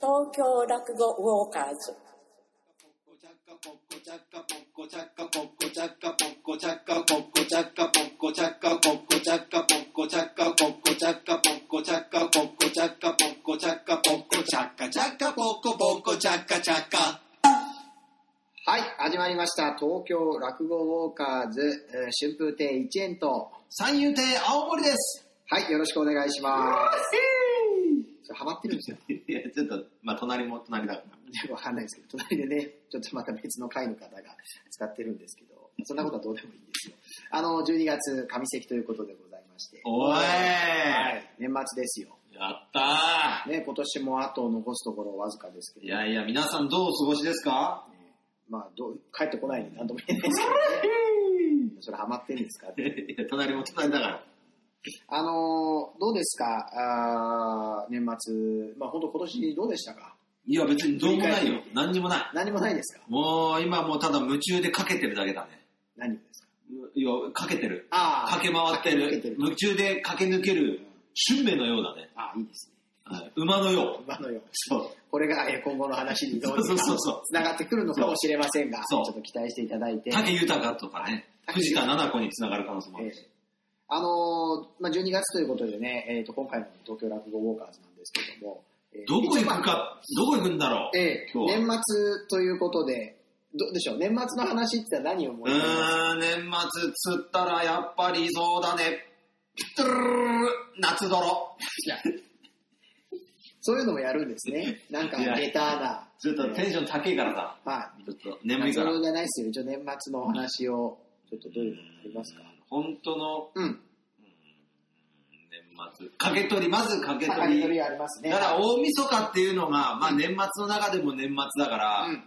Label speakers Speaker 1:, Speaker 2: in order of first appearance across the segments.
Speaker 1: 東京落語ウォーカーズ
Speaker 2: はい、始まりました。東京落語ウォーカーズ、えー春風亭一円と、
Speaker 3: 三遊亭青森です。
Speaker 2: はい、よろしくお願いします。ちょっとハマってるんですよ。
Speaker 3: いや、ちょっと、まあ、隣も隣だから。
Speaker 2: わかんないですけど、隣でね、ちょっとまた別の会の方が使ってるんですけど、そんなことはどうでもいいんですよ。あの、12月上関ということでございまして、
Speaker 3: おーい、
Speaker 2: はい、年末ですよ。
Speaker 3: やった
Speaker 2: ね、今年もあと残すところわずかですけ
Speaker 3: ーい
Speaker 2: ど、
Speaker 3: やいや、皆さんどうお過ごしですか
Speaker 2: ねまあどう、帰ってこないに何とも言えないですけどね、それハマってるんですかって
Speaker 3: いや隣も隣だから。
Speaker 2: あのーどうですかあー年末、まあ本当今年どうでしたか
Speaker 3: いや、別にどうもないよ。何にもない。
Speaker 2: 何もないですか
Speaker 3: もう、今もうただ夢中でかけてるだけだね。
Speaker 2: 何もですか
Speaker 3: いや、かけてる。
Speaker 2: あー
Speaker 3: 駆け回って
Speaker 2: 駆け
Speaker 3: る
Speaker 2: 抜。け
Speaker 3: 夢中で駆け抜ける。春明のようだね。
Speaker 2: あーいいですね。
Speaker 3: はい馬のよう。
Speaker 2: 馬のよう。
Speaker 3: そう。
Speaker 2: これがえー今後の話にどう
Speaker 3: そう
Speaker 2: に
Speaker 3: そ
Speaker 2: か
Speaker 3: うそう
Speaker 2: つながってくるのかもしれませんが、ち
Speaker 3: そ
Speaker 2: ょ
Speaker 3: う
Speaker 2: っと期待していただいて。
Speaker 3: 竹豊とかね、藤田七子につながる可能性もあ
Speaker 2: え
Speaker 3: る
Speaker 2: ー
Speaker 3: し。
Speaker 2: あのーまあ、12月ということでね、えー、と今回の東京落語ウォーカーズなんですけども、えー
Speaker 3: どこ行くか、どこ行くんだろう。
Speaker 2: えー
Speaker 3: 今日は
Speaker 2: 年末ということで、どうでしょう、年末の話ってのは何を思
Speaker 3: う
Speaker 2: います
Speaker 3: ー
Speaker 2: か
Speaker 3: ん、年末っつったらやっぱりそうだね。ピトゥルルルルル夏泥。
Speaker 2: そういうのもやるんで すね。なんか、
Speaker 3: いや
Speaker 2: ベターな。
Speaker 3: ちょっとテンション高いからさ。
Speaker 2: はい。
Speaker 3: ちょっと眠いから
Speaker 2: 謎。じゃないですよ。一応年末のお話を、ちょっとどういうのありますか
Speaker 3: 本当の
Speaker 2: うん。
Speaker 3: 年末。かけ取り、まずかけ
Speaker 2: か
Speaker 3: 取
Speaker 2: り
Speaker 3: り。
Speaker 2: 取りありますね。
Speaker 3: だから大晦日っていうのが、まあ年末の中でも年末だから、
Speaker 2: うん。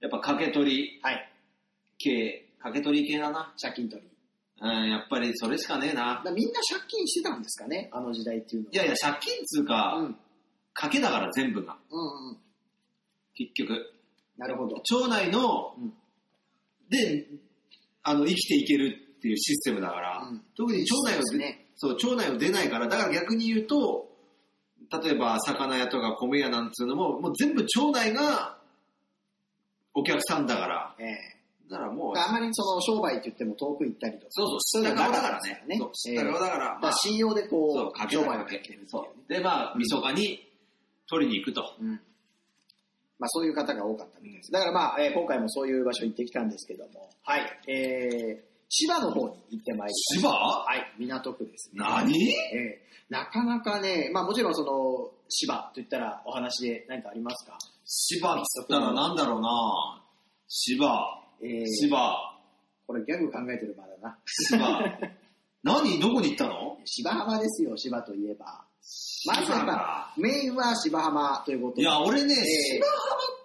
Speaker 3: やっぱかけ取り
Speaker 2: はい。
Speaker 3: 系、かけ取り系だな。
Speaker 2: 借金取り。
Speaker 3: うん、やっぱりそれしかねえ
Speaker 2: だ
Speaker 3: な
Speaker 2: か。らみんな借金してたんですかねあの時代っていうのは。
Speaker 3: いやいや、借金っつうか、
Speaker 2: うん。
Speaker 3: 賭けだから全部が。
Speaker 2: うんうん。
Speaker 3: 結局。
Speaker 2: なるほど。
Speaker 3: 町内の、
Speaker 2: うん
Speaker 3: で、あの、生きていけるっていうシステムだから、
Speaker 2: うん
Speaker 3: 特に町内を
Speaker 2: そうですね
Speaker 3: そう、町内を出ないから、だから逆に言うと、例えば魚屋とか米屋なんつうのも、もう全部町内がお客さんだから、
Speaker 2: ええ
Speaker 3: だからもう、
Speaker 2: あんまりその商売って言っても遠く行ったりとか。
Speaker 3: そうそう、
Speaker 2: う
Speaker 3: 知
Speaker 2: い
Speaker 3: っ
Speaker 2: う
Speaker 3: た
Speaker 2: の
Speaker 3: 側
Speaker 2: な
Speaker 3: だ
Speaker 2: か
Speaker 3: か
Speaker 2: っ
Speaker 3: ら
Speaker 2: たです
Speaker 3: ね
Speaker 2: から。ね
Speaker 3: そう知った側だから、
Speaker 2: まあ、信用で
Speaker 3: そう
Speaker 2: こ
Speaker 3: か
Speaker 2: う、
Speaker 3: け
Speaker 2: 商
Speaker 3: ない
Speaker 2: 売をやってるってい
Speaker 3: そう。で、まあ、みそかに取りに行くと。
Speaker 2: うんまあ、そういう方が多かったみたいです。だからまあ、えー今回もそういう場所行ってきたんですけども、はい。えー、千葉の方に行ってまいりました。
Speaker 3: 葉
Speaker 2: はい、港区ですね。
Speaker 3: 何
Speaker 2: えーなかなかね、まあもちろんその、芝といったらお話で何かありますか
Speaker 3: 芝っつったらなんだろうな芝、
Speaker 2: えー
Speaker 3: 芝、
Speaker 2: これギャグ考えてるまだな。
Speaker 3: 芝。 何どこに行ったの
Speaker 2: 芝浜ですよ、芝といえば。まず
Speaker 3: 芝
Speaker 2: はやっぱ
Speaker 3: か、
Speaker 2: メインは芝浜ということ
Speaker 3: い
Speaker 2: で。
Speaker 3: や、俺ね、
Speaker 2: えー
Speaker 3: 芝浜っ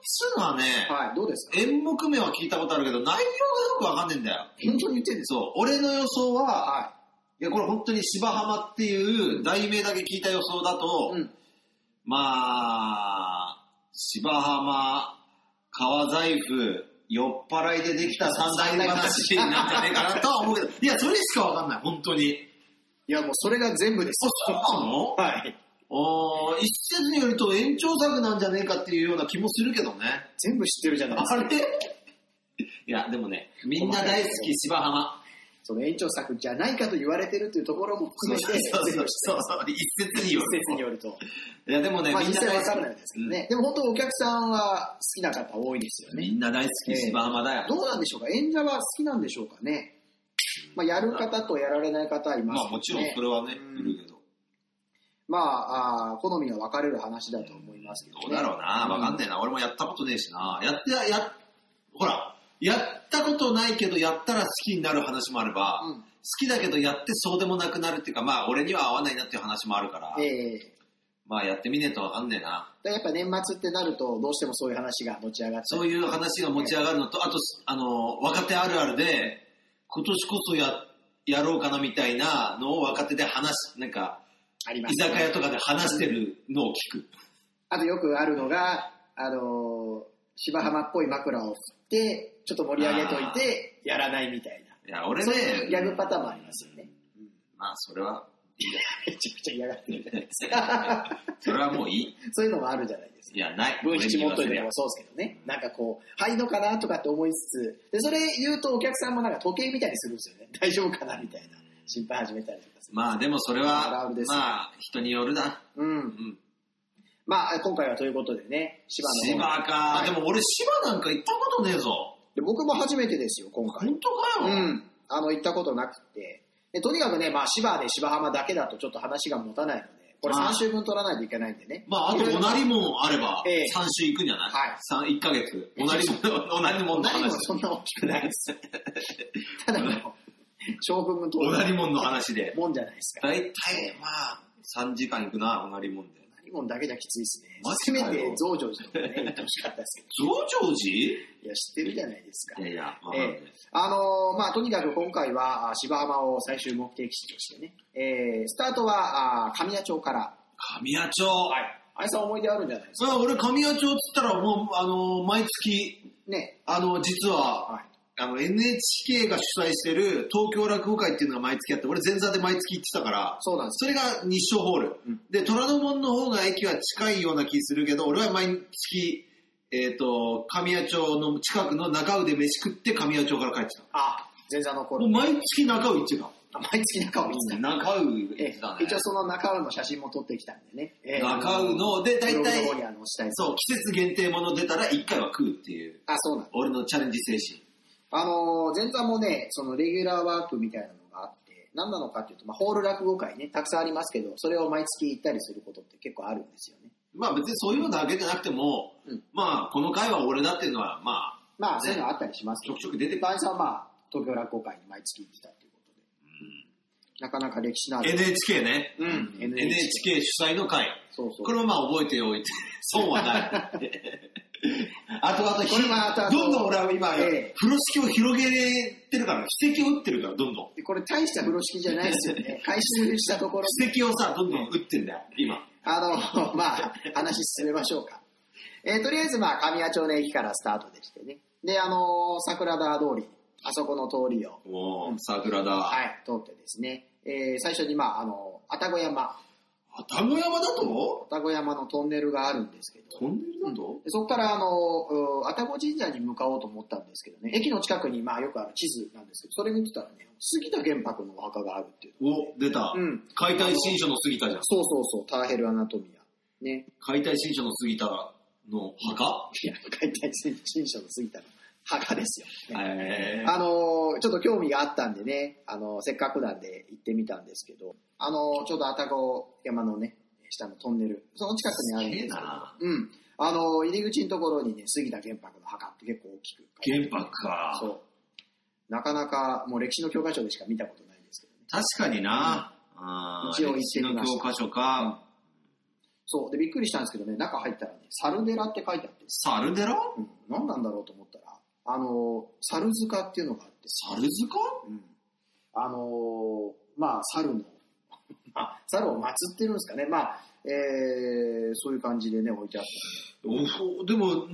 Speaker 3: つうのはね、
Speaker 2: はい、どうですか
Speaker 3: 演目名は聞いたことあるけど、内容がよくわかんねえんだよ。
Speaker 2: 本当に言ってるんです
Speaker 3: そう、俺の予想
Speaker 2: か
Speaker 3: は、
Speaker 2: はい
Speaker 3: や、これ本当に芝浜っていう題名だけ聞いた予想だと、
Speaker 2: い。うん。
Speaker 3: まあ、芝浜、川財布、酔っ払いでできた三大話なんじゃねえかなとは思うけど、いや、それしかわかんない、本当に。
Speaker 2: いや、もうそれが全部です。
Speaker 3: あ、そうなの
Speaker 2: はい。
Speaker 3: あー一説によると延長作なんじゃねえかっていうような気もするけどね。
Speaker 2: 全部知ってるじゃないですか。
Speaker 3: あれいや、でもね、みんな大好き芝浜。
Speaker 2: その延長策じゃないかと言われてるというところも含めて、全部
Speaker 3: そうそう一説によ
Speaker 2: 説に
Speaker 3: る
Speaker 2: よると。
Speaker 3: と。いや、でもね、
Speaker 2: まあ
Speaker 3: みん
Speaker 2: 実
Speaker 3: な
Speaker 2: 際
Speaker 3: 大
Speaker 2: わ
Speaker 3: 好
Speaker 2: か
Speaker 3: き
Speaker 2: らないですけどね。でも本当お客さんは好きな方多いですよ
Speaker 3: うん
Speaker 2: ね。
Speaker 3: みんな大好き芝浜だよ。
Speaker 2: どうなんでしょうか演者は好きなんでしょうかねまあやる方とやられない方はいま
Speaker 3: ますあ
Speaker 2: けどね
Speaker 3: もちろんそれはね、
Speaker 2: うん
Speaker 3: いるけど。
Speaker 2: まあ、あー好みが分かれる話だと思いますけど、ね。
Speaker 3: どうだろうな、わかんねえな。俺もやったことねえしな。やって、や、ほら、やったことないけど、やったら好きになる話もあれば、
Speaker 2: うん
Speaker 3: 好きだけどやってそうでもなくなるっていうか、まあ俺には合わないなっていう話もあるから、
Speaker 2: ええ
Speaker 3: まあやってみねえとわかんねえな。
Speaker 2: だからやっぱ年末ってなると、どうしてもそういう話が持ち上がっちゃ。
Speaker 3: そうういう話が持ち上がるのと、あと、あの、若手あるあるで、今年こそや、やろうかなみたいなのを若手で話し、なんか、
Speaker 2: ありま
Speaker 3: 居
Speaker 2: す、
Speaker 3: 酒屋とかで話してるのを聞く。
Speaker 2: あとよくあるのが、あのー芝浜っぽい枕を振って、ちょっと盛り上げといて、やらないみたいな。
Speaker 3: いや、俺
Speaker 2: そういうギャ
Speaker 3: ね、
Speaker 2: グパターンもありますよね。
Speaker 3: まあそれは、
Speaker 2: めちゃくちゃ嫌がってるじゃないですか。
Speaker 3: それはもういい。
Speaker 2: そういうのもあるじゃないですか。
Speaker 3: いや、ない。
Speaker 2: 分七持っといて
Speaker 3: 俺に言わ
Speaker 2: もそうですけどね。なんかこう、はいのかなとかって思いつつ、で、それ言うとお客さんもなんか時計みたいにするんですよ ね。大丈夫かなみたいな。心配始めたりとかす
Speaker 3: せりゃ
Speaker 2: る。
Speaker 3: まあでもそれ
Speaker 2: あるあ
Speaker 3: は
Speaker 2: るで、す
Speaker 3: まあ人によるな。
Speaker 2: うん
Speaker 3: う。ん。
Speaker 2: まあ、今回はということでね、芝の
Speaker 3: 芝か。
Speaker 2: 方
Speaker 3: でも俺芝なんか行ったことねえぞ。
Speaker 2: で僕も初めてですよ、今回。
Speaker 3: 本当
Speaker 2: う
Speaker 3: かよ。
Speaker 2: ん。あの、行ったことなくて。でとにかくね、まあ、芝で芝浜だけだとちょっと話が持たないので、これ
Speaker 3: はい
Speaker 2: 3週分取らないといけないんでね。
Speaker 3: まああとおなりもんあれば、
Speaker 2: ええ
Speaker 3: 3週行くんじゃない
Speaker 2: はい
Speaker 3: 三一ヶ月。おなり もん、おなりもんの
Speaker 2: 何も
Speaker 3: 話。
Speaker 2: そんな大きくないです。ただの、将軍分取
Speaker 3: おなりもんの話で。
Speaker 2: もんじゃないですか。
Speaker 3: 大体、まあ、3時間行くな、おなりもんで。
Speaker 2: 何もんだけじゃきついですね。
Speaker 3: マ
Speaker 2: せ
Speaker 3: ジか
Speaker 2: め
Speaker 3: よ
Speaker 2: て増上寺とかね、行ってほしかったです
Speaker 3: 増上寺
Speaker 2: けど。いや、知ってるじゃないですか
Speaker 3: い。やいや、まあ、
Speaker 2: えあのーまあ、とにかく今回は、あ芝浜を最終目的地としてね、えー、スタートは、あ神谷町から。
Speaker 3: 神谷町。
Speaker 2: い。あいさん思い出あるんじゃないですか。
Speaker 3: まあ、俺、神谷町っつったら、もう、あの、毎月、
Speaker 2: ね。
Speaker 3: あの、実は、
Speaker 2: はい。
Speaker 3: あの、NHK が主催してる東京落語会っていうのが毎月あって、俺、前座で毎月行ってたから、
Speaker 2: そうなんです
Speaker 3: それが日照ホール。
Speaker 2: うん
Speaker 3: で、虎ノ門の方が駅は近いような気するけど、俺は毎月、えっ、と、神谷町の近くの中尾で飯食って神谷町から帰ってた。
Speaker 2: あ、前座の
Speaker 3: も
Speaker 2: 頃
Speaker 3: う。毎月中尾行ってた。
Speaker 2: あ毎月中尾いつか。
Speaker 3: 中尾
Speaker 2: ええ一応その中尾の写真も撮ってきたんでね。ええ
Speaker 3: 中尾の、で、大
Speaker 2: ブログの方
Speaker 3: 体
Speaker 2: に、あの、したい
Speaker 3: そう、季節限定もの出たら一回は食うっていう、
Speaker 2: あ、そうなん
Speaker 3: 俺のチャレンジ精
Speaker 2: あのー前座もね、そのレギュラーワークみたいなのがあって、何なのかっていうと、まあ、ホール落語会ね、たくさんありますけど、それを毎月行ったりすることって結構あるんですよね。
Speaker 3: 神。まあ別にそういうのだけじゃなくても、
Speaker 2: うん
Speaker 3: まあこの回は俺だっていうのは、まあ、
Speaker 2: まあ、そういうのあったりしますけ
Speaker 3: ちょ
Speaker 2: ど
Speaker 3: く、ちょく出てた。
Speaker 2: バイさんはまあ、東京落語会に毎月行ってたということで、なかなか歴史のある。
Speaker 3: NHK ね。
Speaker 2: うん NHK
Speaker 3: NHK 主催の回。
Speaker 2: そうそう。
Speaker 3: これもまあ覚えて おいて、損はない。あとあと、
Speaker 2: これは後々
Speaker 3: どんどん俺は今、
Speaker 2: ええ
Speaker 3: 風呂敷を広げてるから、布石を打ってるから、どんどん。
Speaker 2: でこれ大した風呂敷じゃないですよね。回収したところで
Speaker 3: 布石をさ、どんどん打ってんだよ、今。
Speaker 2: あの、まあ、話進めましょうか。えーとりあえず、まあ、神谷町の駅からスタートでしてね。で、あの桜田通り、あそこの通りを、
Speaker 3: おー、桜だ。
Speaker 2: はい、通ってですね、えー最初に、まあ、あの、愛宕山、
Speaker 3: あたご山だと
Speaker 2: 愛宕山のトンネルがあるんですけど、
Speaker 3: トンネルだと、
Speaker 2: でそこから、あの、う愛宕神社に向かおうと思ったんですけどね、駅の近くに、まあ、よくある地図なんですけど、それ見てたらね、杉田玄白のお墓があるっていう。
Speaker 3: お、出た。
Speaker 2: うん。
Speaker 3: 解体新書の杉田じゃん。
Speaker 2: そうそうそう、ターヘルアナトミア。ね。
Speaker 3: 解体新書の杉田の墓
Speaker 2: いや、解体新書の杉田の墓ですよ、
Speaker 3: えー
Speaker 2: あのーちょっと興味があったんでね、あのーせっかくなんで行ってみたんですけど、あのーちょうど愛宕山のね、下のトンネル、その近くにあるんですけど
Speaker 3: すげえな、
Speaker 2: うん。あのー入り口のところにね、杉田玄白の墓って結構大きく。
Speaker 3: 玄白か。
Speaker 2: そう。なかなか、もう歴史の教科書でしか見たことないですけどね。
Speaker 3: 確かにな。あー
Speaker 2: 一応行
Speaker 3: 歴
Speaker 2: って
Speaker 3: 史
Speaker 2: み
Speaker 3: の
Speaker 2: ました
Speaker 3: 教科書か。
Speaker 2: そう。で、びっくりしたんですけどね、中入ったらね、猿寺って書いてあって、
Speaker 3: サルデラ
Speaker 2: うん、何なんだろうと思ったら、あのー猿塚っていうのがあって、
Speaker 3: サルズか
Speaker 2: うんあのーまあ猿のまあ猿を祀ってるんですかねまあえーそういう感じでね置いてあった
Speaker 3: おそうでも、なんだって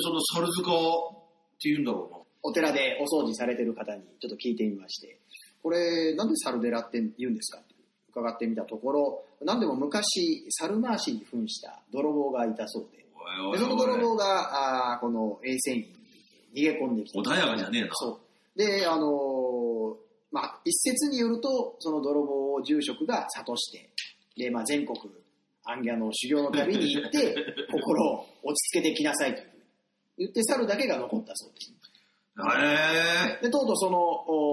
Speaker 3: そのサルズかって言うんだろうな。
Speaker 2: お寺でお掃除されてる方にちょっと聞いてみましてこれなんで猿寺って言うんですかって伺ってみたところ何でも昔猿回しに扮した泥棒がいたそうで
Speaker 3: おいおいおい
Speaker 2: でその泥棒があーこの衛生院に逃げ込んできて
Speaker 3: 穏やかじゃねえな。
Speaker 2: そう。で、あのーまあ、一説によると、その泥棒を住職が諭して、で、まあ、全国、アンギャの修行の旅に行 って、心を落ち着けてきなさいというふうに言って、猿だけが残ったそうです。
Speaker 3: え
Speaker 2: で、とうとうその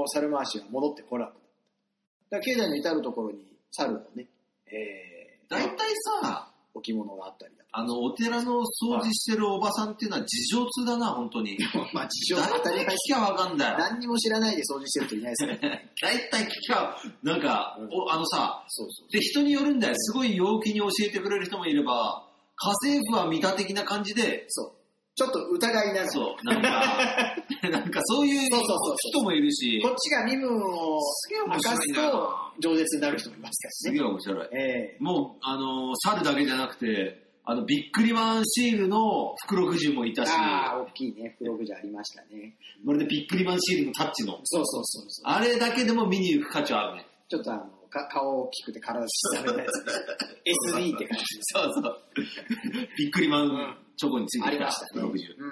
Speaker 2: お猿回しは戻ってこなくなった。だから境内の至るところに猿のね、え
Speaker 3: ー、大体さ、
Speaker 2: ー、置物があったりだと
Speaker 3: あの、お寺の掃除してるおばさんっていうのは事情通だな、本当に。
Speaker 2: か。まあ、事情
Speaker 3: 大
Speaker 2: 当たり
Speaker 3: 体
Speaker 2: 前
Speaker 3: 聞きゃわかんだよ。
Speaker 2: 何にも知らないで掃除してる人いないですからね。
Speaker 3: 大体聞きゃ、なんか、おあのさ、
Speaker 2: そうそう。
Speaker 3: で、人によるんだよ。すごい陽気に教えてくれる人もいれば、家政婦は見た的な感じで、
Speaker 2: そう。ちょっと疑いながら。
Speaker 3: そう、なん か、なんかそういう
Speaker 2: そうそうそうそう
Speaker 3: 人もいるし
Speaker 2: こ、っちが身分を
Speaker 3: すげえ
Speaker 2: 明
Speaker 3: 面白
Speaker 2: か
Speaker 3: い
Speaker 2: す
Speaker 3: な
Speaker 2: と、饒舌になる人もいますか
Speaker 3: す
Speaker 2: らね
Speaker 3: げえ。面白い。
Speaker 2: ええ
Speaker 3: もう、あの、猿だけじゃなくて、あの、ビックリマンシールの袋くじもいたし、
Speaker 2: ああ、大きいね、フログじゃありましたね。
Speaker 3: まるでビックリマンシールのタッチの、
Speaker 2: そうそうそうそう。
Speaker 3: あれだけでも見に行く価値はあるね。
Speaker 2: ちょっとあの、か顔大きくて体小さめの やつ。SD って感じ。
Speaker 3: そう そう。びっくりマ
Speaker 2: う
Speaker 3: ン
Speaker 2: ん
Speaker 3: チョコについて
Speaker 2: ありましたね。
Speaker 3: 60。
Speaker 2: う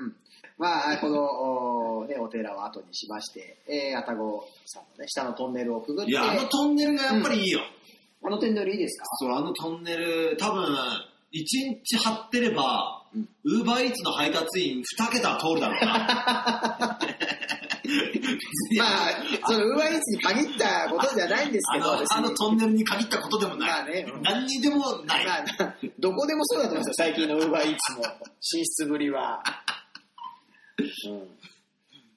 Speaker 2: ん。まあ、この、おね、お寺を後にしまして、えー、愛宕さんのね、下のトンネルをくぐって、
Speaker 3: いや、あのトンネルがやっぱりいいよ。
Speaker 2: あのトンネルいいですか
Speaker 3: そう、あのトンネル、多分、一日張ってれば
Speaker 2: うん、
Speaker 3: ウーバーイーツの配達員二桁は通るだ ろうな。
Speaker 2: まあ、その、ウーバーイーツに限ったことじゃないんです
Speaker 3: あ
Speaker 2: けど、
Speaker 3: の、
Speaker 2: 別
Speaker 3: あ
Speaker 2: に
Speaker 3: のトンネルに限ったことでも
Speaker 2: ま
Speaker 3: な
Speaker 2: あ
Speaker 3: い。
Speaker 2: ね、うん
Speaker 3: 何にでもない。
Speaker 2: まあ、 どこでもそうだと思うんですよ、最近のウーバーイーツの進出ぶりは。うん。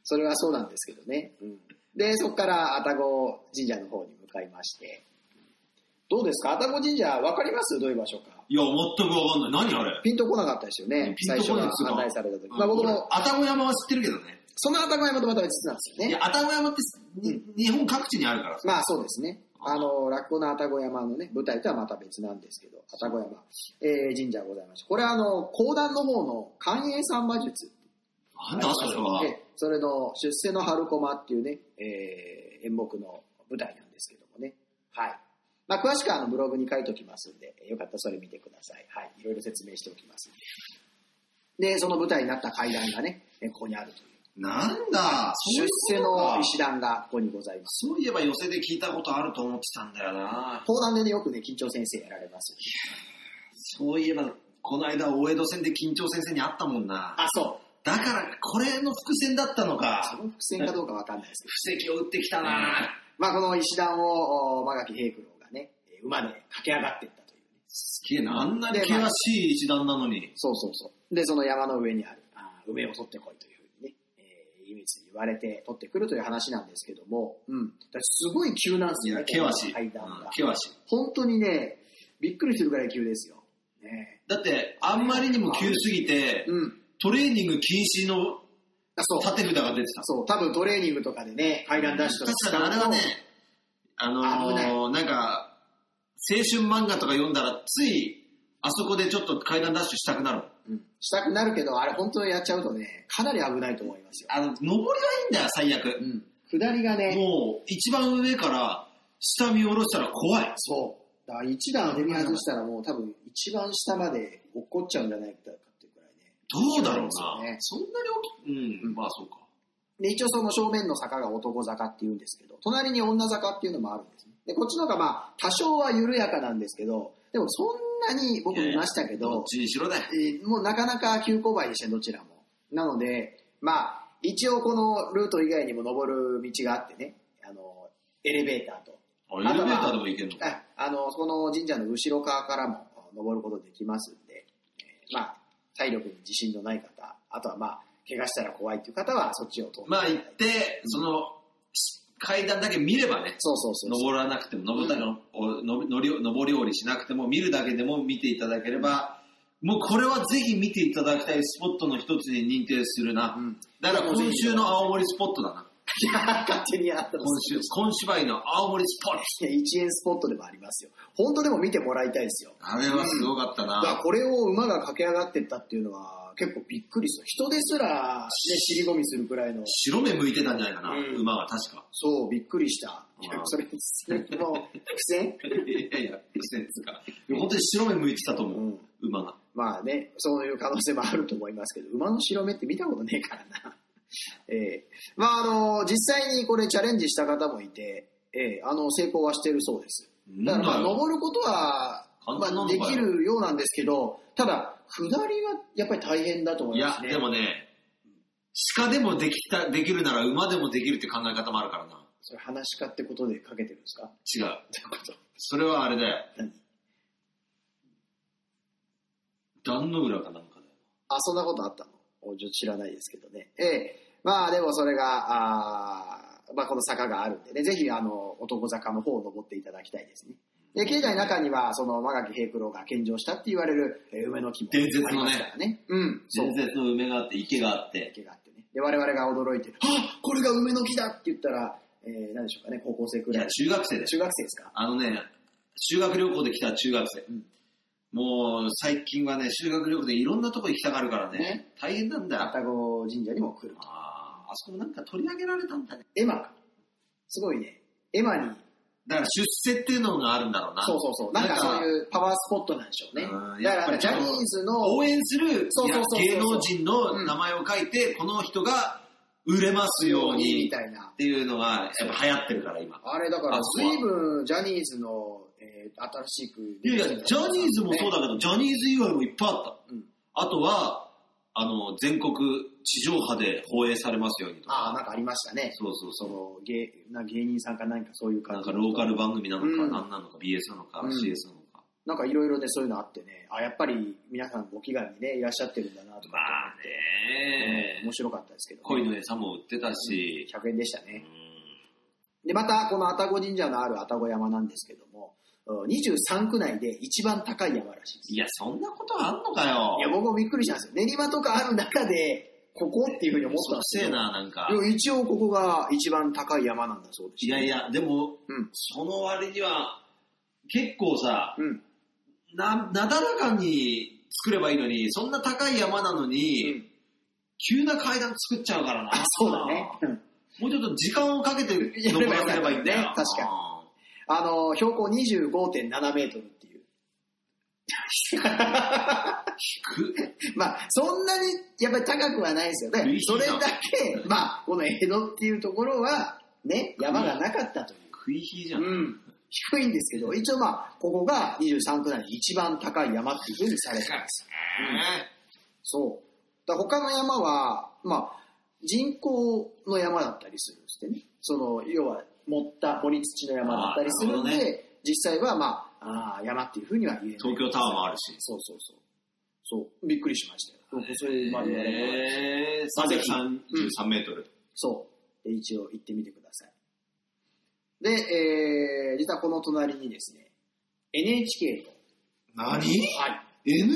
Speaker 2: それはそうなんですけどね。うん、で、そこから愛宕神社の方に向かいまして、どうですか愛宕神社、わかりますどういう場所か。
Speaker 3: いや、全くわかんない。何あれ
Speaker 2: ピンとこなかったですよね。
Speaker 3: ピン
Speaker 2: 最
Speaker 3: と
Speaker 2: 初
Speaker 3: こない
Speaker 2: は
Speaker 3: ですよ
Speaker 2: 案内された時。まあ僕も、
Speaker 3: あたご山は知ってるけどね。
Speaker 2: その愛宕山とまた別なんですよ
Speaker 3: い
Speaker 2: ね
Speaker 3: や、。愛宕山ってに、日本各地にあるからさ。
Speaker 2: まあそうですね。あの、落語の愛宕山のね、舞台とはまた別なんですけど、愛宕山、えー神社がございました。これはあの、講談の方の寛永三馬術。
Speaker 3: なんだ、それは。
Speaker 2: ええそれの出世の春駒っていうね、えー演目の舞台なんですけどもね。はい。まあ詳しくはあのブログに書いておきますんで、よかったらそれ見てください。はい。いろいろ説明しておきますんで。で、その舞台になった階段がね、えここにあるという。
Speaker 3: なんだ、そうい
Speaker 2: 出
Speaker 3: う
Speaker 2: 世
Speaker 3: ことか
Speaker 2: の石段がここにございます。
Speaker 3: そういえば寄席で聞いたことあると思ってたんだよな。
Speaker 2: 講談でね、よくね、緊張先生やられますよね。
Speaker 3: そういえば、この間、大江戸線で緊張先生に会ったもんな。
Speaker 2: あ、そう。
Speaker 3: だから、これの伏線だったの
Speaker 2: そ
Speaker 3: か。
Speaker 2: の伏線かどうかわかんないですけど。
Speaker 3: 布石を打ってきたな。
Speaker 2: まあ、この石段を、お間垣平九郎がね、えー馬で駆け上がっていったという。
Speaker 3: すげえな、あんなに険しい一段なのに。
Speaker 2: そうそうそう。で、その山の上にある、あー梅を取ってこいというふうにね、えー、いびつに言われて取ってくるという話なんですけども、うん。だからすごい急なんです
Speaker 3: い
Speaker 2: よ
Speaker 3: や、
Speaker 2: ね、
Speaker 3: 険しい。うん
Speaker 2: 階段が。
Speaker 3: 険しい。
Speaker 2: 本当にね、びっくりするぐらい急ですよ。ね
Speaker 3: だって、あんまりにも急すぎて
Speaker 2: え、うん。
Speaker 3: トレーニング禁止の
Speaker 2: あそう。
Speaker 3: 縦札が出てた。
Speaker 2: そう、多分トレーニングとかでね、階段ダッシュとか
Speaker 3: 確かにあれはね、あ
Speaker 2: 危ない
Speaker 3: のー、なんか、青春漫画とか読んだら、つい、あそこでちょっと階段ダッシュしたくなる。
Speaker 2: うん、したくなるけど、あれ本当にやっちゃうとね、かなり危ないと思いますよ。
Speaker 3: あの、登りはいいんだよ、最悪
Speaker 2: う。ん。下りがね、
Speaker 3: もう、一番上から、下見下ろしたら怖い。
Speaker 2: そう。だから一段踏み外したらもう多分一番下まで落っこっちゃうんじゃないかっていうくらい
Speaker 3: ど
Speaker 2: ね。
Speaker 3: うだろう
Speaker 2: そう
Speaker 3: な。
Speaker 2: です
Speaker 3: そん
Speaker 2: よね
Speaker 3: なに大きい。うん、まあそうか。
Speaker 2: で、一応その正面の坂が男坂って言うんですけど、隣に女坂っていうのもあるんですね。で、こっちの方がまあ、多少は緩やかなんですけど、でもそんなに僕見ましたけ
Speaker 3: ど
Speaker 2: ど
Speaker 3: っ、ちにしろだよ。
Speaker 2: えーもうなかなか急勾配でしたねどちらも。なので、まあ、一応このルート以外にも登る道があってね、あの、エレベーターと。
Speaker 3: あエレベーターでも行けんのか。
Speaker 2: ああの、この神社の後ろ側からも登ることできますんで、えーまあ、体力に自信のない方、あとはまあ、怪我したら怖いっていう方はそっちを通っていた
Speaker 3: ま
Speaker 2: だ
Speaker 3: あ
Speaker 2: いて
Speaker 3: 行って、その、し階段だけ見ればね、
Speaker 2: そうそうそうそう。
Speaker 3: 登らなくても、登ったりの、おののり登り降りしなくても、見るだけでも見ていただければ、もうこれはぜひ見ていただきたいスポットの一つに認定するな。
Speaker 2: うん
Speaker 3: だから今週の青森スポットだな。
Speaker 2: 勝手にやったの
Speaker 3: 今週、今芝居の青森スポット。
Speaker 2: いや一円スポットでもありますよ。本当でも見てもらいたいですよ。
Speaker 3: あれはすごかった
Speaker 2: だから
Speaker 3: な。
Speaker 2: これを馬が駆け上がってったっていうのは結構びっくりですよ。人ですら、ね、尻込みするくらいの、
Speaker 3: 白目向いてたんじゃないかな、
Speaker 2: うん
Speaker 3: 馬は確か。
Speaker 2: そう、びっくりした。
Speaker 3: うん
Speaker 2: いや それ、それもう、伏線
Speaker 3: いやいや、伏線っつうか。本当に白目向いてたと思う、
Speaker 2: うん
Speaker 3: 馬が。
Speaker 2: まあね、そういう可能性もあると思いますけど、馬の白目って見たことねえからな。 ええまああの、実際にこれチャレンジした方もいて、ええあの、成功はしてるそうです。だからま
Speaker 3: な
Speaker 2: あ、
Speaker 3: んだよ
Speaker 2: 登ることは、
Speaker 3: 簡
Speaker 2: ま
Speaker 3: 単な
Speaker 2: あ、
Speaker 3: のか
Speaker 2: で
Speaker 3: よ
Speaker 2: きるようなんですけど、ただ、下りはやっぱり大変だと思
Speaker 3: い
Speaker 2: いま
Speaker 3: や
Speaker 2: す、ね。
Speaker 3: でもね、鹿でもできた、できるなら馬でもできるって考え方もあるからな。
Speaker 2: それ、話し家ってことでかけてるんですか
Speaker 3: 違う。
Speaker 2: ってこと。
Speaker 3: それはあれだよ。
Speaker 2: 何
Speaker 3: 壇の浦かなんかだよ。
Speaker 2: あ、そんなことあったのおちょっと知らないですけどね。ええまあでもそれが、あーまあこの坂があるんでね、ぜひあの、男坂の方を登っていただきたいですね。で、境内の中には、その、間垣平九郎が献上したって言われる、えー梅の木もあ
Speaker 3: 伝説
Speaker 2: り
Speaker 3: のね
Speaker 2: ますからね。うん、そう
Speaker 3: 伝。説の梅があって、池があって。
Speaker 2: 池があってね。で、我々が驚いて、あこれが梅の木だって言ったら、えー、何でしょうかね、高校生く
Speaker 3: い
Speaker 2: ら
Speaker 3: や、
Speaker 2: い。
Speaker 3: 中学生でしょ。
Speaker 2: 中学生ですか
Speaker 3: あのね、修学旅行で来た中学生。
Speaker 2: うん
Speaker 3: もう、最近はね、修学旅行でいろんなとこ行きたがるからね。
Speaker 2: ね
Speaker 3: 大変なんだよ。
Speaker 2: 愛宕神社にも来ると。
Speaker 3: あーあそこもなんか取り上げられたんだね。
Speaker 2: エマか。すごいね。エマに
Speaker 3: だから出世っていうのがあるんだろうな。
Speaker 2: そうそうそう。なんかそういうパワースポットなんでしょうね。
Speaker 3: うん
Speaker 2: だ
Speaker 3: やっ
Speaker 2: か
Speaker 3: ぱ
Speaker 2: ら
Speaker 3: り
Speaker 2: ジャニーズの、
Speaker 3: 応援する
Speaker 2: そうそうそうそう
Speaker 3: いや芸能人の名前を書いて、この人が売れますよう
Speaker 2: み
Speaker 3: に
Speaker 2: たいな
Speaker 3: っ。ていうのが、やっぱ流行ってるから今。
Speaker 2: あれだから
Speaker 3: あ、そう
Speaker 2: 随分ジャニーズの、えー新しく。
Speaker 3: いやいや、ジャニーズもそう
Speaker 2: だ。
Speaker 3: だけど、ジャニーズ以外もいっぱいあった。
Speaker 2: うん
Speaker 3: あとは、あの、全国地上波で放映されますようにと
Speaker 2: あ
Speaker 3: か。
Speaker 2: あ、なんかありましたね。
Speaker 3: そうそう
Speaker 2: そ
Speaker 3: そ
Speaker 2: の芸な芸人さんか何かそういう
Speaker 3: う。な
Speaker 2: 感
Speaker 3: ん
Speaker 2: じ
Speaker 3: かローカル番組なのか、
Speaker 2: うん
Speaker 3: 何なのか、BS なのか、
Speaker 2: うん
Speaker 3: CS なのか。
Speaker 2: なんかいろいろねそういうのあってねあやっぱり皆さんご祈願にねいらっしゃってるんだなとか、
Speaker 3: まあね
Speaker 2: うん、面白かったですけど、
Speaker 3: 恋の餌も売ってたし、
Speaker 2: 100円でした
Speaker 3: うん
Speaker 2: ねでまたこの愛宕神社のある愛宕山なんですけどもうん23区内で一番高い山らしいです
Speaker 3: いや、そんなことあんのかよ。
Speaker 2: いや僕もびっくりしたんですよ練馬とかある中でここっていうふうに思ったんです
Speaker 3: せ
Speaker 2: け
Speaker 3: え
Speaker 2: ど
Speaker 3: な、なんか。
Speaker 2: いや一応ここが一番高い山なんだそうです
Speaker 3: いやいや、でも、
Speaker 2: うん
Speaker 3: その割には、結構さ、
Speaker 2: うん
Speaker 3: な、なだらかに作ればいいのに、そんな高い山なのに、
Speaker 2: うん
Speaker 3: 急な階段作っちゃうからな。
Speaker 2: あそうだね、うん
Speaker 3: もうちょっと時間をかけて登らせればいいんだよ。
Speaker 2: やればよかったね確かにあの、標高25.7メートルっていう。まあ、そんなにやっぱり高くはないですよね。
Speaker 3: 厳しい
Speaker 2: そ
Speaker 3: な
Speaker 2: れだけ、まあ、この江戸っていうところは、ね、山がなかったという。
Speaker 3: 食い火じゃ。
Speaker 2: うんん。低いんですけど、一応まあ、ここが23区内で一番高い山っていうふうにされてます。そう。だから他の山は、まあ、人工の山だったりするんですってね。その、要は、盛った森土の山だったりするん
Speaker 3: あーなるほ
Speaker 2: で、実際はまあ、あー山っていうふうには言えない。
Speaker 3: 東京タワーもあるし。
Speaker 2: そうそうそう。そう、びっくりしましたよ。それまでやれば
Speaker 3: え
Speaker 2: まあぜひ
Speaker 3: 333メートル。
Speaker 2: そう。で一応行ってみてください。で、えー、実はこの隣にですね、NHK と、
Speaker 3: 何
Speaker 2: はい、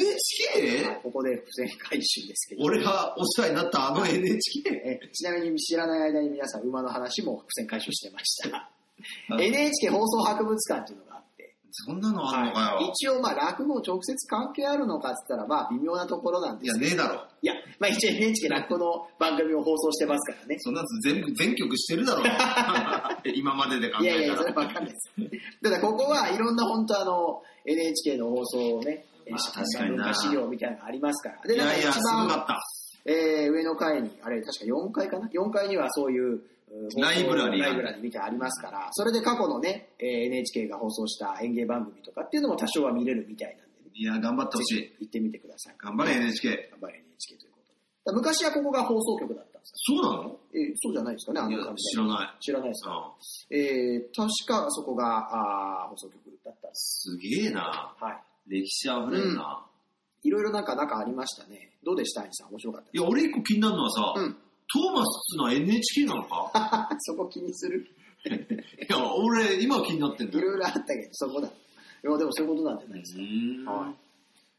Speaker 3: ?NHK?
Speaker 2: ここで不正回収ですけど、
Speaker 3: 俺がお世話になったあの NHK?
Speaker 2: えーちなみに知らない間に皆さん馬の話も伏線回収してま した。
Speaker 3: あ
Speaker 2: NHK 放送博物館っていうのがあって、
Speaker 3: そんなのあんのか
Speaker 2: はい
Speaker 3: よ。
Speaker 2: 一応まあ落語直接関係あるのかっつったらまあ微妙なところなん
Speaker 3: い
Speaker 2: で
Speaker 3: や、
Speaker 2: すけど
Speaker 3: ねえだろ。
Speaker 2: いや、まあ一応 NHK 落語の番組を放送してますからね。
Speaker 3: そんなやつ全部、全曲してるだろ。 今までで考
Speaker 2: いやいや
Speaker 3: え
Speaker 2: い
Speaker 3: た
Speaker 2: や、それ
Speaker 3: ら。
Speaker 2: はわかんないです。 ただここはいろんな本当あの、NHK の放送をね、
Speaker 3: まあ確かに
Speaker 2: 文
Speaker 3: な
Speaker 2: 化資料みたいなのがありますから。
Speaker 3: い
Speaker 2: で、なんか
Speaker 3: やいや、す
Speaker 2: 一
Speaker 3: ごか
Speaker 2: 番、
Speaker 3: った。
Speaker 2: えー上の階に、あれ確か4階かな ?4 階にはそういう、う
Speaker 3: ライブラリーが
Speaker 2: ライブラリーみたいなのありますから、それで過去のね、えー NHK が放送した演芸番組とかっていうのも多少は見れるみたいなんでね、
Speaker 3: いや、頑張ってほし
Speaker 2: ぜ
Speaker 3: い。
Speaker 2: ひ行ってみてください。
Speaker 3: 頑張れ、NHK。
Speaker 2: 頑張れ NHK ということで。だから昔はここが放送局だったんです
Speaker 3: そうなの
Speaker 2: よ。えーそうじゃないですかね、あ
Speaker 3: い
Speaker 2: の
Speaker 3: や
Speaker 2: 感、じ。
Speaker 3: 知らない。
Speaker 2: 知らないですか
Speaker 3: うん
Speaker 2: えー、確かそこがあー放送局だったんです。
Speaker 3: すげえな。
Speaker 2: は
Speaker 3: 歴史あふれるな。
Speaker 2: い。いろいろなんか中ありましたね。どうでした兄さん面白かった
Speaker 3: いや、俺一個気になるのはさ、
Speaker 2: うん
Speaker 3: トーマスの NHK なのか
Speaker 2: そこ気にする。
Speaker 3: いや、俺今気になってん
Speaker 2: い
Speaker 3: だよ。
Speaker 2: ろいろあったけど、そこだ。いやでもそういうことなんじゃ
Speaker 3: う
Speaker 2: ないですか。
Speaker 3: ーん
Speaker 2: は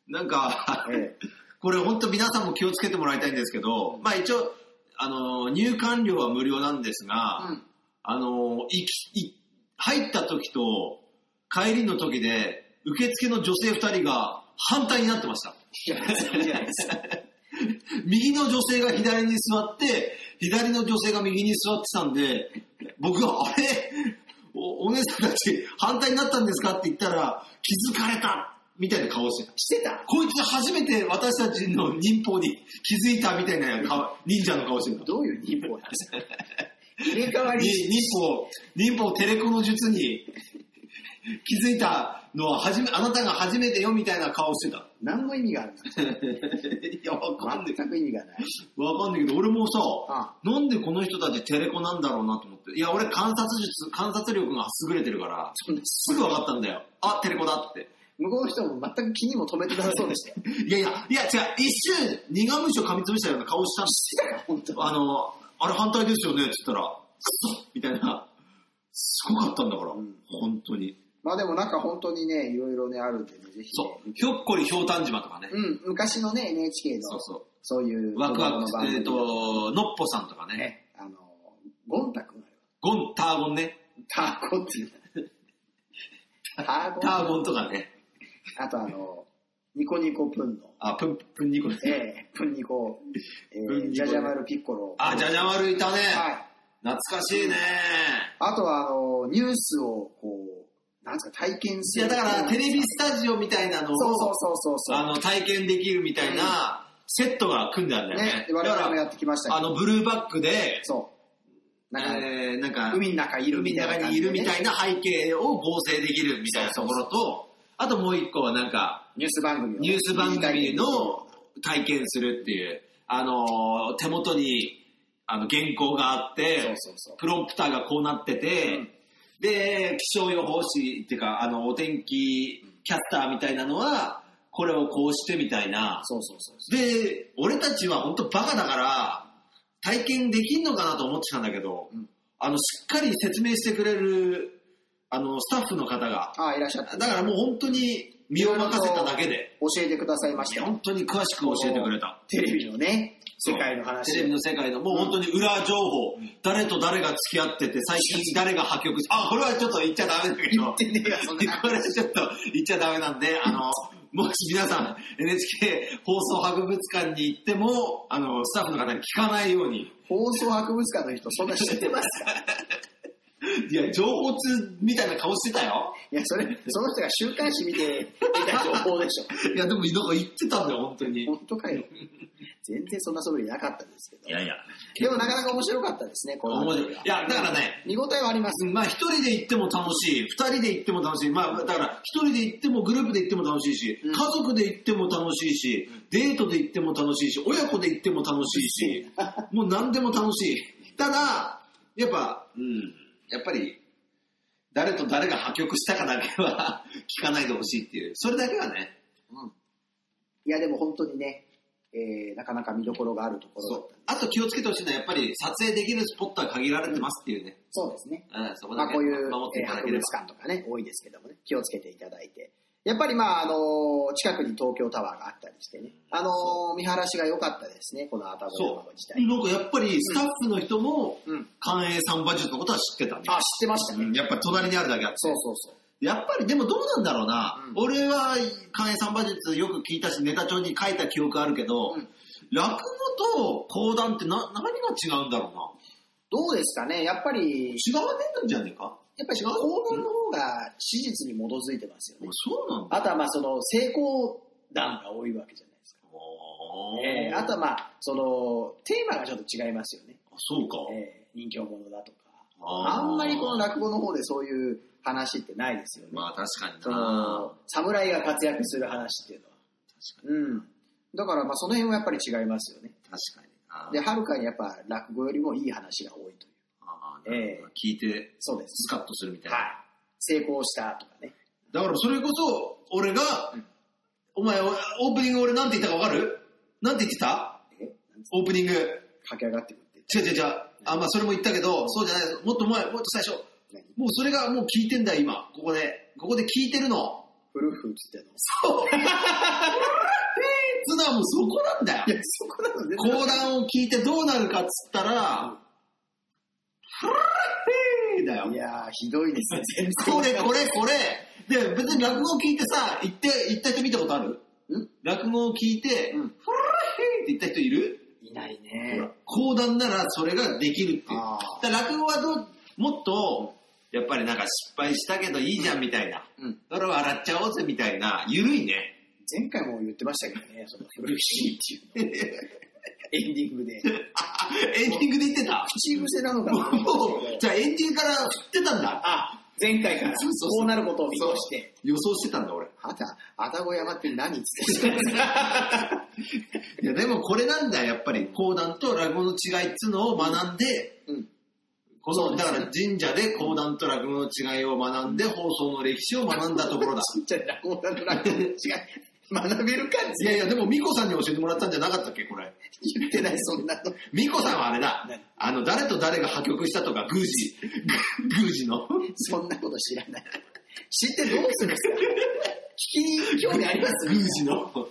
Speaker 3: なんか、
Speaker 2: え
Speaker 3: これ本当皆さんも気をつけてもらいたいんですけど、まあ一応、あの、入館料は無料なんですが、
Speaker 2: えうん。
Speaker 3: あの、いき、い、入った時と帰りの時で、受付の女性二人が反対になってました。
Speaker 2: いや、いいじゃないですか。
Speaker 3: 右の女性が左に座って、左の女性が右に座ってたんで、僕が、あれおお姉さんたち反対になったんですかって言ったら、気づかれたみたいな顔してた。
Speaker 2: してた
Speaker 3: こいつ初めて私たちの忍法に気づいたみたいな顔、忍者の顔してた。
Speaker 2: どういう忍法なんですか入れ替わり
Speaker 3: に。忍法、忍法テレコの術に気づいたのは初め、あなたが初めてよみたいな顔してた。
Speaker 2: 何の意味があるんだ
Speaker 3: いや、わかんない。
Speaker 2: 全く意味がない。
Speaker 3: わかんないけど、俺もさ、
Speaker 2: あ
Speaker 3: なんでこの人たちテレコなんだろうなと思って。いや、俺観察術、観察力が優れてるから、
Speaker 2: そんな
Speaker 3: すぐ分かったんだよ。あ、テレコだって。
Speaker 2: 向こうの人も全く気にも留めてなさそうでしたよ。
Speaker 3: いやいや、いや違う、一瞬、苦虫を噛みつぶしたような顔したんです
Speaker 2: してたか、本当
Speaker 3: あの、あれ反対ですよねって言ったら、くそみたいな、すごかったんだから、
Speaker 2: うん
Speaker 3: 本当に。
Speaker 2: まあでもなんか本当にね、いろいろね、あるんでね、ぜひね。
Speaker 3: そう、ひょっこりひょうたん島とかね。
Speaker 2: うん、昔のね、NHK
Speaker 3: そ
Speaker 2: の
Speaker 3: うそ
Speaker 2: そういう
Speaker 3: う。ワクワ
Speaker 2: 子供の番
Speaker 3: ク、
Speaker 2: 組
Speaker 3: えっ、と、のっぽさんとかね。
Speaker 2: ね、あの、ゴンタ君が
Speaker 3: ゴン、ターゴンね。
Speaker 2: ターコっていう。ターゴン
Speaker 3: ターゴンとかね。
Speaker 2: あとあの、ニコニコプンの、
Speaker 3: あ、プン、プンニコね。
Speaker 2: えー、プンニコ、え
Speaker 3: プンニ
Speaker 2: ー、
Speaker 3: コ
Speaker 2: ジャジャマルピッコロ。
Speaker 3: あ、じゃじゃ丸いたね。
Speaker 2: はい。
Speaker 3: 懐かしいね。
Speaker 2: あとはあの、ニュースをこなんですか、体験
Speaker 3: い
Speaker 2: す
Speaker 3: や、
Speaker 2: る。
Speaker 3: だから、テレビスタジオみたいなのを、
Speaker 2: そうそうそうそうそう。
Speaker 3: あの、体験できるみたいな、セットが組んであるんだよ
Speaker 2: ね
Speaker 3: ね。、
Speaker 2: 我
Speaker 3: だ
Speaker 2: 々
Speaker 3: か
Speaker 2: もや
Speaker 3: ら、
Speaker 2: ってきましたけど。
Speaker 3: あの、ブルーバックで、
Speaker 2: そう。なんか、
Speaker 3: えーなんか、
Speaker 2: 海の中いるみ
Speaker 3: 海
Speaker 2: た
Speaker 3: の
Speaker 2: い
Speaker 3: 中
Speaker 2: な感
Speaker 3: にい
Speaker 2: じでね、
Speaker 3: るみたいな背景を合成できるみたいなところと、あともう一個はなんか、
Speaker 2: ニュース番組を
Speaker 3: ニュース番組の体験するっていう、あのー、手元に、あの、原稿があって、
Speaker 2: そうそうそう
Speaker 3: プロンプターがこうなってて、
Speaker 2: うん
Speaker 3: で、気象予報士っていうか、あの、お天気キャスターみたいなのは、これをこうしてみたいな。
Speaker 2: そうそうそうそ
Speaker 3: で、俺たちは本当バカだから、体験できんのかなと思ってたんだけど、
Speaker 2: うん
Speaker 3: あの、しっかり説明してくれる、あの、スタッフの方が、
Speaker 2: う。ああ、いらっしゃった。
Speaker 3: だからもう本当に身を任せただけで、
Speaker 2: 教えてくださいまし
Speaker 3: い
Speaker 2: た
Speaker 3: や
Speaker 2: よ。
Speaker 3: 本当に詳しく教えてくれた。
Speaker 2: テレビのね、
Speaker 3: そう
Speaker 2: 世界の話。
Speaker 3: テレビの世界の、もう本当に裏情報、誰と誰が付き合ってて、最近誰が破局し、あ、これはちょっと言っちゃダメだけど、
Speaker 2: 言ってねえよそん な
Speaker 3: これはちょっと言っちゃダメなんで、あの、もし皆さん NHK 放送博物館に行っても、あの、スタッフの方に聞かないように、
Speaker 2: 放送博物館の人、そんな知ってますか
Speaker 3: いや、情報通みたいな顔してたよ。
Speaker 2: いや、それ、その人が週刊誌見て得た情報で しょ。
Speaker 3: いや、でもなんか言ってたんだよ、本当に。い
Speaker 2: 本当かよ。全然そんな素振りなかったですけど。
Speaker 3: やいや、
Speaker 2: でもなかなか面白かったですね、この
Speaker 3: 面
Speaker 2: 話
Speaker 3: 白い。いや、だからね、
Speaker 2: 見応えはあります。
Speaker 3: まあ一人で行っても楽しい、二人で行っても楽しい、まあだから一人で行ってもグループで行っても楽しいし、
Speaker 2: うん
Speaker 3: 家族で行っても楽しいし、デートで行っても楽しいし、親子で行っても楽しいし、もう何でも楽しい。ただ、やっぱ、うん、やっぱり、誰と誰が破局したかだけは 聞かないでほしいっていう、それだけはね、
Speaker 2: うんいや、でも本当にね、えーなかなか見どころがあるところだ
Speaker 3: そ
Speaker 2: っ
Speaker 3: う
Speaker 2: た。
Speaker 3: あと気をつけてほしいのは、やっぱり撮影できるスポットは限られてますっていうね。
Speaker 2: そうですね。
Speaker 3: うん、そこ
Speaker 2: ま
Speaker 3: だ
Speaker 2: あ、
Speaker 3: け
Speaker 2: こういう、
Speaker 3: 守って
Speaker 2: え
Speaker 3: い
Speaker 2: ー
Speaker 3: ただ
Speaker 2: 博
Speaker 3: けれ
Speaker 2: 物
Speaker 3: ば。
Speaker 2: 館とかね、多いですけどもね、気をつけていただいて。やっぱりまあ、あのー近くに東京タワーがあったりしてね、あのー見晴らしが良かったですね、この熱海
Speaker 3: そ
Speaker 2: 山
Speaker 3: う。
Speaker 2: 自体。
Speaker 3: なんかやっぱりスタッフの人も、
Speaker 2: うん。
Speaker 3: 寛永三馬術のことは知ってたね。
Speaker 2: あ、知ってましたね。
Speaker 3: うんやっぱ隣にあるだけあって。
Speaker 2: そうそうそう。
Speaker 3: やっぱりでもどうなんだろうな。
Speaker 2: うん
Speaker 3: 俺は寛永三馬術よく聞いたし、ネタ帳に書いた記憶あるけど、
Speaker 2: うん
Speaker 3: 落語と講談ってな何が違うんだろうな。
Speaker 2: どうですかね、やっぱり、
Speaker 3: 違わねえんじゃねえか。
Speaker 2: やっぱり
Speaker 3: 違う
Speaker 2: 公文の方が史実に基づいてますよね。
Speaker 3: そうなんだ。
Speaker 2: あとはまあその成功談が多いわけじゃないですか。
Speaker 3: おー
Speaker 2: えーあとはまあそのテーマがちょっと違いますよね。
Speaker 3: そうか。
Speaker 2: えー、人形物だとか。
Speaker 3: あ
Speaker 2: あ
Speaker 3: ー
Speaker 2: んまりこの落語の方でそういう話ってないですよね。
Speaker 3: まあ確か
Speaker 2: そ
Speaker 3: にな。
Speaker 2: の侍が活躍する話っていうのは。うん。だからまあその辺はやっぱり違いますよね。
Speaker 3: 確かにな。
Speaker 2: で、はるかにやっぱ落語よりもいい話が多いという。
Speaker 3: あーなるほど
Speaker 2: え
Speaker 3: 聞いて
Speaker 2: そうです。
Speaker 3: スカッとするみたいな。
Speaker 2: はい。成功したとかね。
Speaker 3: だからそれこそ、俺が、
Speaker 2: うん
Speaker 3: お前、オープニング俺なんて言ったかわかるなんて言ってた
Speaker 2: えなんつ
Speaker 3: オープニング。違
Speaker 2: 駆け上がってくって。
Speaker 3: う違う違う。あ、まあそれも言ったけど、そうじゃない。もっと前、もっと最初。
Speaker 2: 何
Speaker 3: もうそれがもう聞いてんだよ、今。ここで。ここで聞いてるの。
Speaker 2: フルフつっての。
Speaker 3: つだもうそこなんだ
Speaker 2: いや
Speaker 3: よ。、
Speaker 2: そこなの全然
Speaker 3: 講談を聞いてどうなるかっつったら、ふらーだよ
Speaker 2: い。やー、ひどいですね。全然
Speaker 3: これ、これ、これ。で、別に落語を聞いてさ、言って、言った人見たことある
Speaker 2: ん
Speaker 3: 落語を聞いて、ふ
Speaker 2: う
Speaker 3: らー
Speaker 2: ん
Speaker 3: って言った人いる
Speaker 2: いない
Speaker 3: ほ
Speaker 2: ね
Speaker 3: ら。講談ならそれができるっていう。
Speaker 2: あー
Speaker 3: だから落語はどうもっと、やっぱりなんか失敗したけどいいじゃんみたいな。
Speaker 2: うん。
Speaker 3: それを笑っちゃおうぜみたいな。ゆるいね。
Speaker 2: 前回も言ってましたけどね、その古いっていうの。エンディングで。
Speaker 3: あエンディングで言ってた
Speaker 2: 口癖なのかな
Speaker 3: もう、じゃあエンディングから振ってたんだ。
Speaker 2: あ、前回から、
Speaker 3: そうそうそう
Speaker 2: こうなることを見越して。
Speaker 3: 予想してたんだ俺。
Speaker 2: あた、あたご山って何つってたんですか
Speaker 3: いやでもこれなんだよ、やっぱり。講談と落語の違いっつうのを学んで、
Speaker 2: うん。
Speaker 3: こ
Speaker 2: そ
Speaker 3: の
Speaker 2: う
Speaker 3: だ
Speaker 2: です
Speaker 3: か
Speaker 2: ね
Speaker 3: ら神社で講談と落語の違いを学んで放送の歴史を学んだとこ ろだ。
Speaker 2: ちっちゃいな、こうなるな。違う。学べるか
Speaker 3: いやいや、でも美子さんに教えてもらったんじゃなかったっけ、これ。
Speaker 2: 言ってない、そんなの。
Speaker 3: 美子さんはあれだ
Speaker 2: 何。
Speaker 3: あの、誰と誰が破局したとか、宮 司。宮司の。
Speaker 2: そんなこと知らない。知ってどうするんですか聞きに興味あります
Speaker 3: 宮司の。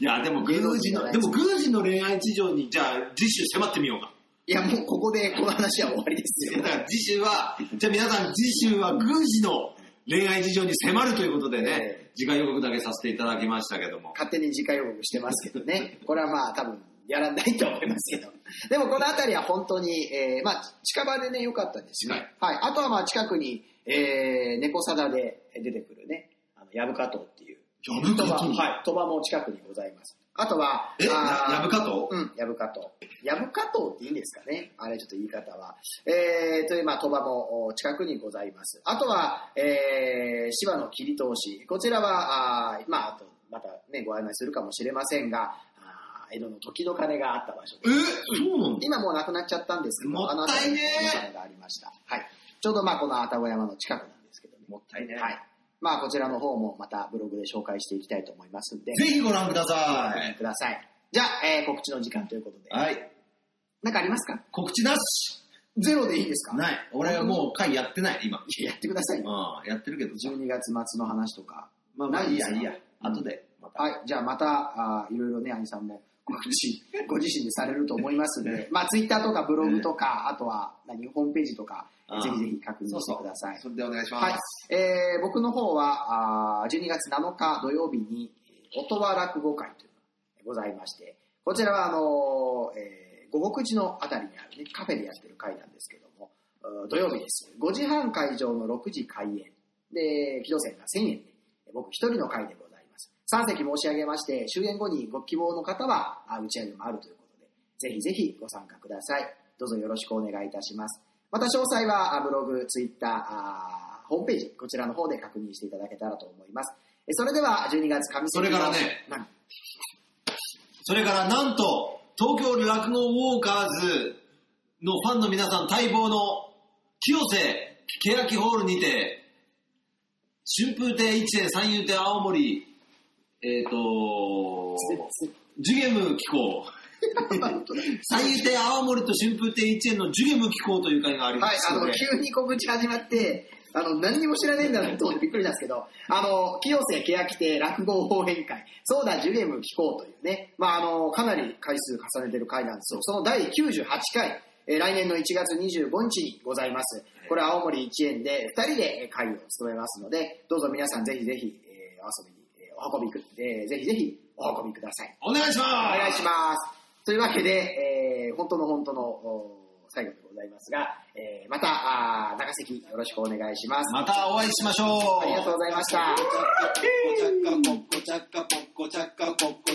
Speaker 3: いや、でも宮司の、でも宮司の恋愛事情に、じゃあ、次週迫ってみようか。
Speaker 2: いや、もうここでこの話は終わりです
Speaker 3: だ
Speaker 2: よ
Speaker 3: か。ら次週は、じゃあ皆さん、次週は宮司の恋愛事情に迫るということで
Speaker 2: え
Speaker 3: ね、次回予告だけさせていただきましたけども。
Speaker 2: 勝手に次回予告してますけどね。これはまあ多分やらないと思いますけど。でもこの辺りは本当に、えーまあ近場でね、良かったですね。はい。あとはまあ近くに、えー猫貞で、出てくるね、あの、ヤブカ島っていう。
Speaker 3: ヤブカ
Speaker 2: 鳥羽
Speaker 3: 島
Speaker 2: はい。鳥羽も近くにございます。あとは、
Speaker 3: え、
Speaker 2: あー
Speaker 3: やぶかと
Speaker 2: うん、ヤブカ島。ヤブカ島っていいんですかねあれちょっと言い方は。えー、という、まあ、鳥羽もお近くにございます。あとは、えー、芝の切り通し。こちらは、あーまあ、あと、またね、ご案内するかもしれませんが、あー江戸の時の鐘があった場所
Speaker 3: え、そうなんだ。
Speaker 2: 今もうなくなっちゃったんですけど、
Speaker 3: もったいねえ
Speaker 2: あの辺りにお店がありました。はい。ちょうどまあこの愛宕山の近くなんですけどね。もった
Speaker 3: いねえ
Speaker 2: はい。まあこちらの方もまたブログで紹介していきたいと思いますんで、
Speaker 3: ぜひご覧くださ
Speaker 2: ご覧
Speaker 3: い。
Speaker 2: ください。じゃあ、えー告知の時間ということで。
Speaker 3: はい。
Speaker 2: なんかありますか
Speaker 3: 告知なし
Speaker 2: ゼロでいいですか
Speaker 3: ない。俺はもう回やってない、今。
Speaker 2: いややってくださいよ。
Speaker 3: うん、やってるけど、
Speaker 2: 12月末の話とか。
Speaker 3: まあまあ
Speaker 2: ない
Speaker 3: い
Speaker 2: で
Speaker 3: や
Speaker 2: すか
Speaker 3: いいや、後で。また。
Speaker 2: はい。じゃあまた、あーいろいろね、兄さんも告知、 ご自身でされると思いますんで、まあツイッターとかブログとか、あとは何、ホームページとか、
Speaker 3: あー
Speaker 2: ぜひぜひ確認
Speaker 3: そう
Speaker 2: して
Speaker 3: そう
Speaker 2: ください。
Speaker 3: それでお願いしま
Speaker 2: はい
Speaker 3: す。、
Speaker 2: えー僕の方はあー12月7日土曜日にえー音羽落語会というのがございましてこちらはあのー、えー、五国寺のあたりにある、ね、カフェでやってる会なんですけどもうー土曜日です5時半会場の6時開演で木戸線が1000円で僕一人の会でございます3席申し上げまして終演後にご希望の方はあ打ち上げもあるということでぜひぜひご参加くださいどうぞよろしくお願いいたしますまた詳細はあブログ、ツイッター、あーホームページ、こちらの方で確認していただけたらと思います。えそれでは12月上
Speaker 3: それからね
Speaker 2: なん
Speaker 3: それからなんと、東京落語ウォーカーズのファンの皆さん待望の清瀬欅ホールにて、春風亭一亭三遊亭青森、えっ、と、ジュゲム機 構。三遊亭青森と春風亭一円のジュゲム機構という会がありま
Speaker 2: はい、
Speaker 3: す
Speaker 2: あ
Speaker 3: ので、
Speaker 2: の、急に告知始まって、あの、何にも知らねえんだなと思ってびっくりなんですけど、あの、清瀬欅亭落語応援会、そうだ、ジュゲム聞こうというね、まあ、あの、かなり回数重ねてる会なんですよ。その第98回、えー来年の1月25日にございます。これは青森一円で2人でえー会を務めますので、どうぞ皆さんぜひぜひ、えーお遊びに、えーお運びく、えーぜひぜひお運びください。
Speaker 3: お願いします
Speaker 2: お願いします。というわけで、えー本当の本当のお最後でございますが、えーまたあー長崎よろしくお願いします。
Speaker 3: またお会いしましょう
Speaker 2: ありがとうございました。
Speaker 4: Cochaca, poco, chaca, poco, chaca, poco, chaca, poco,